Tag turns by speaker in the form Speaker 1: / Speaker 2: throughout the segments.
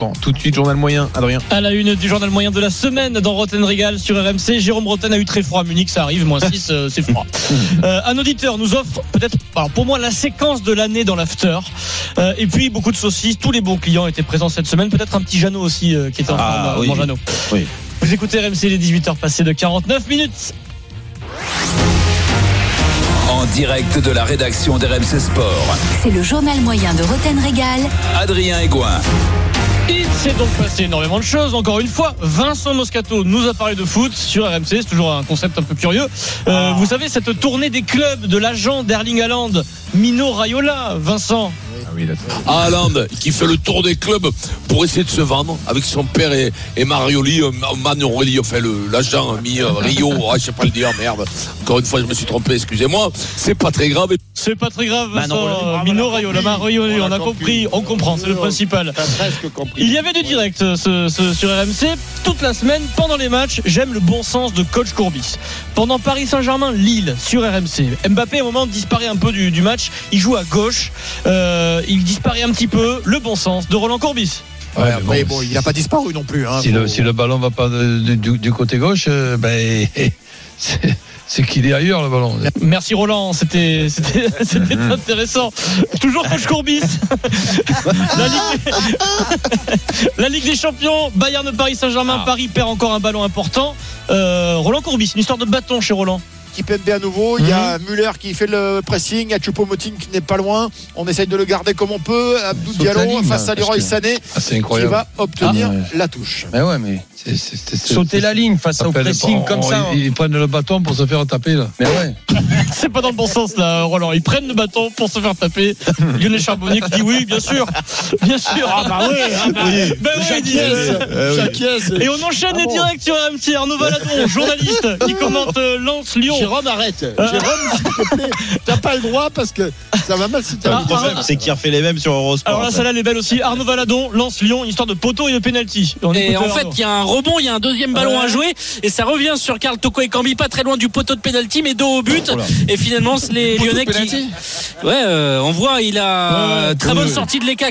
Speaker 1: Bon, tout de suite, journal moyen, Adrien.
Speaker 2: À la une du journal moyen de la semaine dans Rotten Régal sur RMC, Jérôme Rotten a eu très froid à Munich, ça arrive, moins 6, euh, c'est froid. Euh, un auditeur nous offre peut-être, alors pour moi, la séquence de l'année dans l'after. Euh, et puis beaucoup de saucisses, tous les bons clients étaient présents cette semaine, peut-être un petit Jeannot aussi euh, qui était en
Speaker 1: Ah,
Speaker 2: train de
Speaker 1: oui.
Speaker 2: bon, Jeannot.
Speaker 1: Oui.
Speaker 2: Vous écoutez RMC les 18h passées de 49 minutes.
Speaker 3: En direct de la rédaction d'RMC Sport.
Speaker 4: C'est le journal moyen de Roten Régal.
Speaker 3: Adrien Aigouin.
Speaker 2: Il s'est donc passé énormément de choses. Encore une fois, Vincent Moscato nous a parlé de foot sur RMC. C'est toujours un concept un peu curieux. Euh, Vous savez, cette tournée des clubs de l'agent d'Erling Haaland, Mino Raiola, Vincent.
Speaker 1: Ah oui, là, ça-
Speaker 5: Haaland qui fait le tour des clubs pour essayer de se vendre avec son père et, et Marioli, euh, Manorelli, enfin le- l'agent ami euh, Rio, ah, je sais pas le dire, merde. Encore une fois, je me suis trompé, excusez-moi. C'est pas très grave.
Speaker 2: C'est pas très grave, Vincent.
Speaker 5: Mano-
Speaker 2: Euh, Mino Raiola, Marioli, on a compris, on comprend, c'est le principal. Il y avait du direct euh, ce- ce- sur RMC toute la semaine pendant les matchs. J'aime le bon sens de coach Courbis. Pendant Paris Saint-Germain, Lille sur RMC. Mbappé à un moment disparaît un peu du, du match. Il joue à gauche. Euh, il disparaît un petit peu. Le bon sens de Roland Courbis.
Speaker 6: Ouais,
Speaker 1: Ouais,
Speaker 6: après,
Speaker 1: bon,
Speaker 6: bon,
Speaker 1: si-
Speaker 6: il n'a pas disparu non plus. hein.
Speaker 1: si
Speaker 6: Faut-
Speaker 1: le, si le ballon va pas de- de- du, du côté gauche, euh, ben, c'est c'est qu'il est ailleurs le ballon.
Speaker 2: Merci Roland, c'était c'était- c'était intéressant. Toujours coach Courbis. la, Ligue, La Ligue des Champions, Bayern Paris Saint-Germain,
Speaker 7: Ah.
Speaker 2: Paris perd encore un ballon important. Euh, Roland Courbis, une histoire de bâton chez Roland.
Speaker 6: qui pète à nouveau. Il y a
Speaker 1: Mhm.
Speaker 6: Muller qui fait le pressing, il y a Choupo-Moting qui n'est pas loin. On essaye de le garder comme on peut. Abdou
Speaker 1: Saute la
Speaker 6: Diallo
Speaker 1: ligne,
Speaker 6: face
Speaker 1: là,
Speaker 6: à Leroy
Speaker 1: parce que-
Speaker 6: Sané
Speaker 1: Ah, c'est
Speaker 6: qui
Speaker 1: incroyable.
Speaker 6: va obtenir
Speaker 1: Ah,
Speaker 6: la touche.
Speaker 1: Mais ouais, mais c'est- c'est- c'est- c'est-
Speaker 7: Sauter
Speaker 1: c'est-
Speaker 7: la ligne face
Speaker 1: ça
Speaker 7: au
Speaker 1: s'appelle-
Speaker 7: pressing
Speaker 1: on-
Speaker 7: comme
Speaker 1: on-
Speaker 7: ça.
Speaker 8: hein.
Speaker 1: Ils, ils prennent le bâton pour se faire taper là. Mais ouais.
Speaker 2: C'est pas dans le bon sens là, Roland. Ils prennent le bâton pour se faire taper. Lionel Charbonnier qui dit oui, bien sûr, bien sûr. Ah bah oui, ben oui, il dit-
Speaker 1: Eh
Speaker 2: Et on enchaîne
Speaker 7: Ah
Speaker 2: les directs sur RMC. Arnaud Valadon, journaliste, qui commente euh, Lance Lyon.
Speaker 6: Jérôme, arrête. Jérôme, s'il te plaît, t'as pas le droit parce que ça va mal si t'as
Speaker 2: Ah, ah,
Speaker 9: C'est qui refait les mêmes sur Eurosport.
Speaker 2: Alors là, celle-là, elle est belle aussi. Arnaud Valadon lance Lyon, histoire de poteau et de penalty. On
Speaker 10: Et
Speaker 2: écoute
Speaker 10: en fait,
Speaker 2: Arnaud.
Speaker 10: il y a un rebond, il y a un deuxième ballon
Speaker 2: Ouais.
Speaker 10: à jouer, et ça revient sur Karl Toko et Cambi, pas très loin du poteau de pénalty, mais dos au but.
Speaker 2: Oh
Speaker 10: Et finalement, c'est les Lyonnais qui. Ouais, euh, on voit, il a
Speaker 2: Ouais,
Speaker 10: très bonne sortie de l'écart.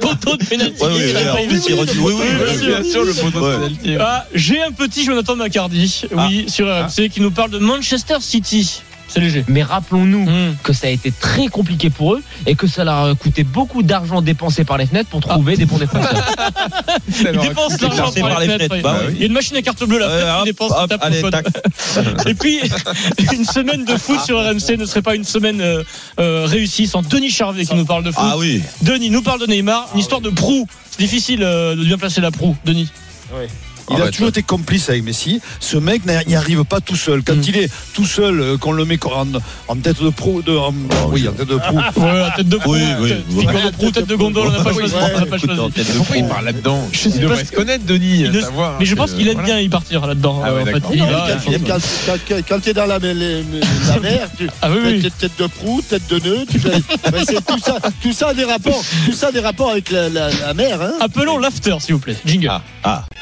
Speaker 2: poteau de penalty.
Speaker 9: Ouais, oui, alors, oui, oui, oui, oui,
Speaker 2: bien sûr,
Speaker 1: le poteau
Speaker 9: de
Speaker 2: Ah, J'ai un petit Jonathan Macardy, oui, sur RMC, qui nous parle de Manchester City. C'est léger.
Speaker 7: Mais rappelons-nous
Speaker 2: Hmm.
Speaker 7: que ça a été très compliqué pour eux et que ça leur a coûté beaucoup d'argent dépensé par les fenêtres pour trouver des ponts défenseurs.
Speaker 2: Il dépense Ah. l'argent
Speaker 9: classé
Speaker 2: par, les fenêtres.
Speaker 9: Bah
Speaker 2: ouais.
Speaker 9: oui.
Speaker 2: Il y a une machine à carte bleue là.
Speaker 9: Ouais,
Speaker 2: fenêtre,
Speaker 9: hop,
Speaker 2: il dépense, il
Speaker 9: hop,
Speaker 2: tape au
Speaker 9: allez,
Speaker 2: code.
Speaker 9: tac.
Speaker 2: Et puis, une semaine de foot sur RMC ne serait pas une semaine euh, euh, réussie sans Denis Charvet qui nous parle de foot.
Speaker 9: Ah oui.
Speaker 2: Denis nous parle de Neymar, une histoire de proue. C'est difficile euh, de bien placer la proue, Denis.
Speaker 6: Il a toujours été complice avec Messi. Ce mec n'a- n'y arrive pas tout seul. Quand
Speaker 9: Hmm.
Speaker 2: Mm.
Speaker 6: il est tout seul, euh, qu'on le met en, en tête de pro, de, en-
Speaker 9: Ah
Speaker 6: oui, en tête de pro.
Speaker 2: Ouais, la tête de proue,
Speaker 9: Oui, oui.
Speaker 2: tête- figure de proue, tête de gondole, on n'a pas choisi. on n'a pas choisi.
Speaker 1: Pourquoi il parle là-dedans
Speaker 2: Je sais
Speaker 1: Il
Speaker 2: pas
Speaker 1: devrait
Speaker 2: ce
Speaker 1: se connaître, Denis. euh,
Speaker 2: Il ne-
Speaker 1: savoir,
Speaker 2: Mais je
Speaker 1: c'est
Speaker 2: pense
Speaker 1: le-
Speaker 9: Euh,
Speaker 2: qu'il aime
Speaker 1: voilà.
Speaker 2: bien y partir là-dedans.
Speaker 1: Ah ouais,
Speaker 2: euh, en fait.
Speaker 1: d'accord.
Speaker 2: Il
Speaker 1: Non,
Speaker 2: va-
Speaker 6: quand quand- quand t'es dans la, la- la- la mer, tu,
Speaker 2: Ah oui, oui.
Speaker 6: Tête, tête de proue, tête de nœud, tu fais- Ouais, c'est tout ça, tout ça a des rapports, tout ça a des rapports avec la, la- la mer. Hein.
Speaker 2: Appelons l'after, s'il vous plaît.
Speaker 9: Ah.
Speaker 2: Jingle.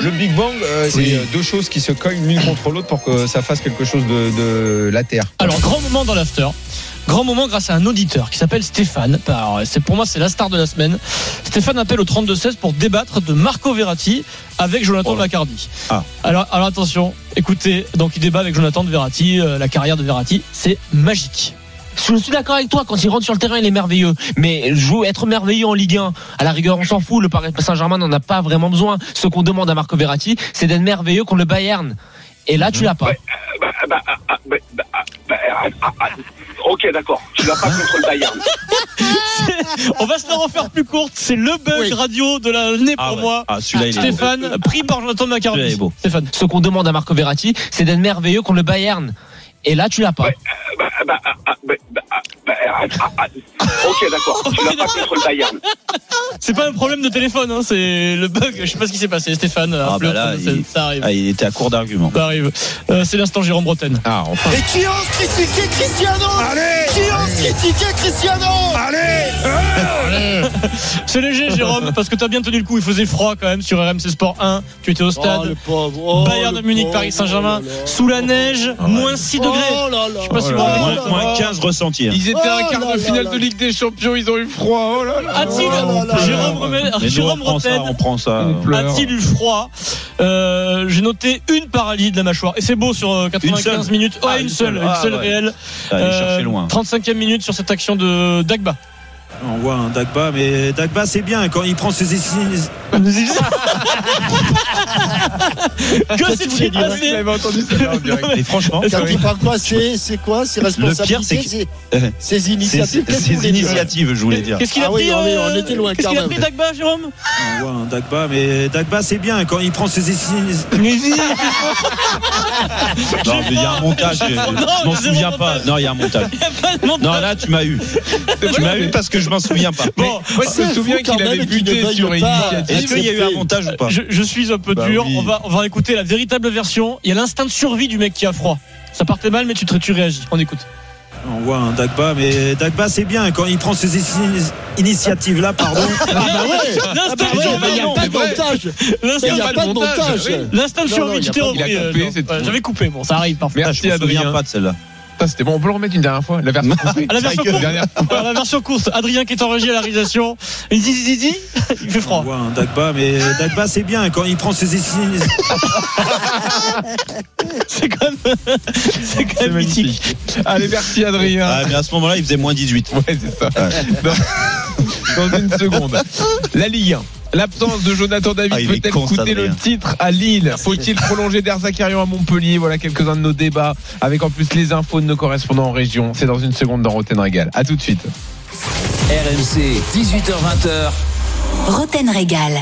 Speaker 8: Le Big Bang, euh, c'est euh, deux choses qui se cognent l'une contre l'autre pour que ça fasse quelque chose de, de la Terre.
Speaker 2: Alors, grand moment dans l'after. Grand moment grâce à un auditeur qui s'appelle Stéphane. Alors, c'est- Pour moi, c'est la star de la semaine. Stéphane appelle au 32-16 pour débattre de Marco Verratti avec Jonathan Macardy.
Speaker 9: Ah.
Speaker 2: Alors, alors, attention, écoutez, donc il débat avec Jonathan de Verratti, euh, la carrière de Verratti, c'est magique.
Speaker 7: Je suis d'accord avec toi, quand il rentre sur le terrain, il est merveilleux. Mais jouer, être merveilleux en Ligue 1, à la rigueur, on s'en fout. Le Paris Saint-Germain n'en a pas vraiment besoin. Ce qu'on demande à Marco Verratti, c'est d'être merveilleux contre le Bayern. Et là, tu l'as pas.
Speaker 5: ok, d'accord. Tu l'as pas contre le Bayern.
Speaker 11: Bah,
Speaker 2: On va se la refaire plus courte, c'est le buzz radio de l'année pour
Speaker 9: ouais.
Speaker 2: moi.
Speaker 9: Ah, celui-là, il est. beau.
Speaker 2: Stéphane, pris par Jonathan
Speaker 9: Celui-là, il
Speaker 2: Macardy.
Speaker 9: est beau.
Speaker 2: Stéphane.
Speaker 7: Ce qu'on demande à Marco Verratti, c'est d'être merveilleux contre le Bayern. Et là, tu l'as pas.
Speaker 11: bah, ah, ah, bah, bah, ah, bah, ah, ah, ah. ok, d'accord. Tu vas pas contre le Bayern.
Speaker 2: C'est pas un problème de téléphone, hein, c'est le bug. Je sais pas ce qui s'est passé, Stéphane. Harfleur, ça, ça arrive.
Speaker 9: Ah, bah il était à court d'arguments.
Speaker 2: Ça arrive. Euh, c'est l'instant Jérôme Bretagne.
Speaker 9: Ah, enfin.
Speaker 6: Et qui ose critiquer Cristiano Allez Qui ose critiquer Cristiano Allez
Speaker 2: C'est léger, Jérôme, parce que t'as bien tenu le coup. Il faisait froid quand même sur RMC Sport 1. Tu étais au stade.
Speaker 12: Oh, le pauvre. Oh,
Speaker 2: Bayern de
Speaker 12: le
Speaker 2: Munich,
Speaker 12: pauvre.
Speaker 2: Paris Saint-Germain,
Speaker 12: Oh
Speaker 2: sous la neige, moins 6 degrés. Je sais pas
Speaker 9: Oh
Speaker 2: si vous vous rendez compte.
Speaker 9: Moins 15 ressentis. hein.
Speaker 12: Ils étaient
Speaker 8: Oh
Speaker 12: à un quart de finale de Ligue des Champions, ils ont eu froid. Oh là là.
Speaker 2: A-t-il Jérôme Remel-
Speaker 9: Mais nous,
Speaker 2: Jérôme
Speaker 9: on prend ça,
Speaker 2: Rotten
Speaker 9: on prend
Speaker 12: Ah.
Speaker 9: ça.
Speaker 2: a-t-il eu froid Euh, J'ai noté une paralysie de la mâchoire. Et c'est beau sur euh, 95
Speaker 9: seule
Speaker 2: minutes. Ouais,
Speaker 9: Ah,
Speaker 2: une
Speaker 9: une
Speaker 2: seule,
Speaker 9: seule.
Speaker 2: une
Speaker 9: Ah,
Speaker 2: seule
Speaker 9: ouais.
Speaker 2: réelle.
Speaker 9: Ah, il est
Speaker 2: Euh.
Speaker 9: cherché loin.
Speaker 2: 35e minute sur cette action de Dagba.
Speaker 12: On voit un Dagba, mais Dagba c'est bien quand il prend ses essais.
Speaker 2: que s'est-il passé
Speaker 9: Et franchement,
Speaker 13: Quand il parle pas, c'est c'est quoi C'est
Speaker 9: le pire, c'est
Speaker 13: responsabilité
Speaker 9: que.
Speaker 13: c'est- Ces initiatives
Speaker 9: Ces- ces initiatives, je voulais dire.
Speaker 2: Qu'est-ce qu'il a
Speaker 13: Ah oui,
Speaker 2: pris
Speaker 13: on est- on
Speaker 2: euh,
Speaker 13: était loin,
Speaker 2: Qu'est-ce
Speaker 13: quand
Speaker 2: qu'il a
Speaker 13: même.
Speaker 2: pris Dagba, Jérôme
Speaker 12: On voit un Dagba, mais Dagba c'est bien quand il prend ses essais.
Speaker 9: Non, mais il y a un montage.
Speaker 12: Non,
Speaker 9: Je
Speaker 12: zéro
Speaker 9: m'en souviens pas. Non, il y a un montage. Non, là, tu m'as eu. Tu m'as eu parce que je m'en souviens pas.
Speaker 2: Bon,
Speaker 9: Mais moi, je
Speaker 13: Bah,
Speaker 9: me souviens qu'il avait buté sur une initiative. Est-ce qu'il y a eu un montage ou pas
Speaker 2: je, je suis un peu
Speaker 9: Bah
Speaker 2: dur.
Speaker 9: oui.
Speaker 2: On, va, on va écouter la véritable version. Il y a l'instinct de survie du mec qui a froid. Ça partait mal, mais tu, te- tu réagis. On écoute.
Speaker 12: On voit un Dagba, mais Dagba c'est bien quand il prend ces initiatives là, pardon.
Speaker 13: Ah, bah
Speaker 9: Ah,
Speaker 2: L'instinct de survie,
Speaker 9: bah
Speaker 2: non. L'instinct-
Speaker 13: Il y a pas de montage.
Speaker 2: L'instant de
Speaker 13: Non, non,
Speaker 2: survie,
Speaker 13: il y
Speaker 2: tu
Speaker 13: a
Speaker 2: t'es
Speaker 13: pas-
Speaker 8: il a
Speaker 2: repris, euh,
Speaker 8: coupé,
Speaker 2: Jean.
Speaker 8: c'est
Speaker 2: Ouais,
Speaker 8: tout.
Speaker 2: J'avais coupé, bon, ça arrive parfois.
Speaker 12: Ah,
Speaker 8: Merci,
Speaker 9: Je me souviens
Speaker 8: Adrien.
Speaker 9: pas de celle-là.
Speaker 8: Putain, C'était bon, on peut le remettre une dernière fois. La version coupée.
Speaker 2: À la version
Speaker 8: C'est vrai
Speaker 2: courte.
Speaker 8: que dernière-
Speaker 2: À la version courte, Adrien qui est en régie à la réalisation. Il dit, dit, dit, dit, il fait froid.
Speaker 12: On voit un Dagba, mais Dagba c'est bien quand il prend ses essais.
Speaker 2: C'est quand même, c'est quand même mythique.
Speaker 8: Allez, merci Adrien.
Speaker 9: Ah, mais à ce moment-là, il faisait moins 18.
Speaker 8: Ouais, c'est ça. Dans, dans une seconde. La Ligue 1. L'absence de Jonathan David
Speaker 9: Ah, il est
Speaker 8: peut-elle
Speaker 9: con,
Speaker 8: coûter
Speaker 9: Adrien.
Speaker 8: le titre à Lille Faut-il prolonger Derzakarian à Montpellier Voilà quelques-uns de nos débats, avec en plus les infos de nos correspondants en région. C'est dans une seconde dans Roten Régal. À tout de suite.
Speaker 3: RMC, 18h20.
Speaker 4: Roten Régal.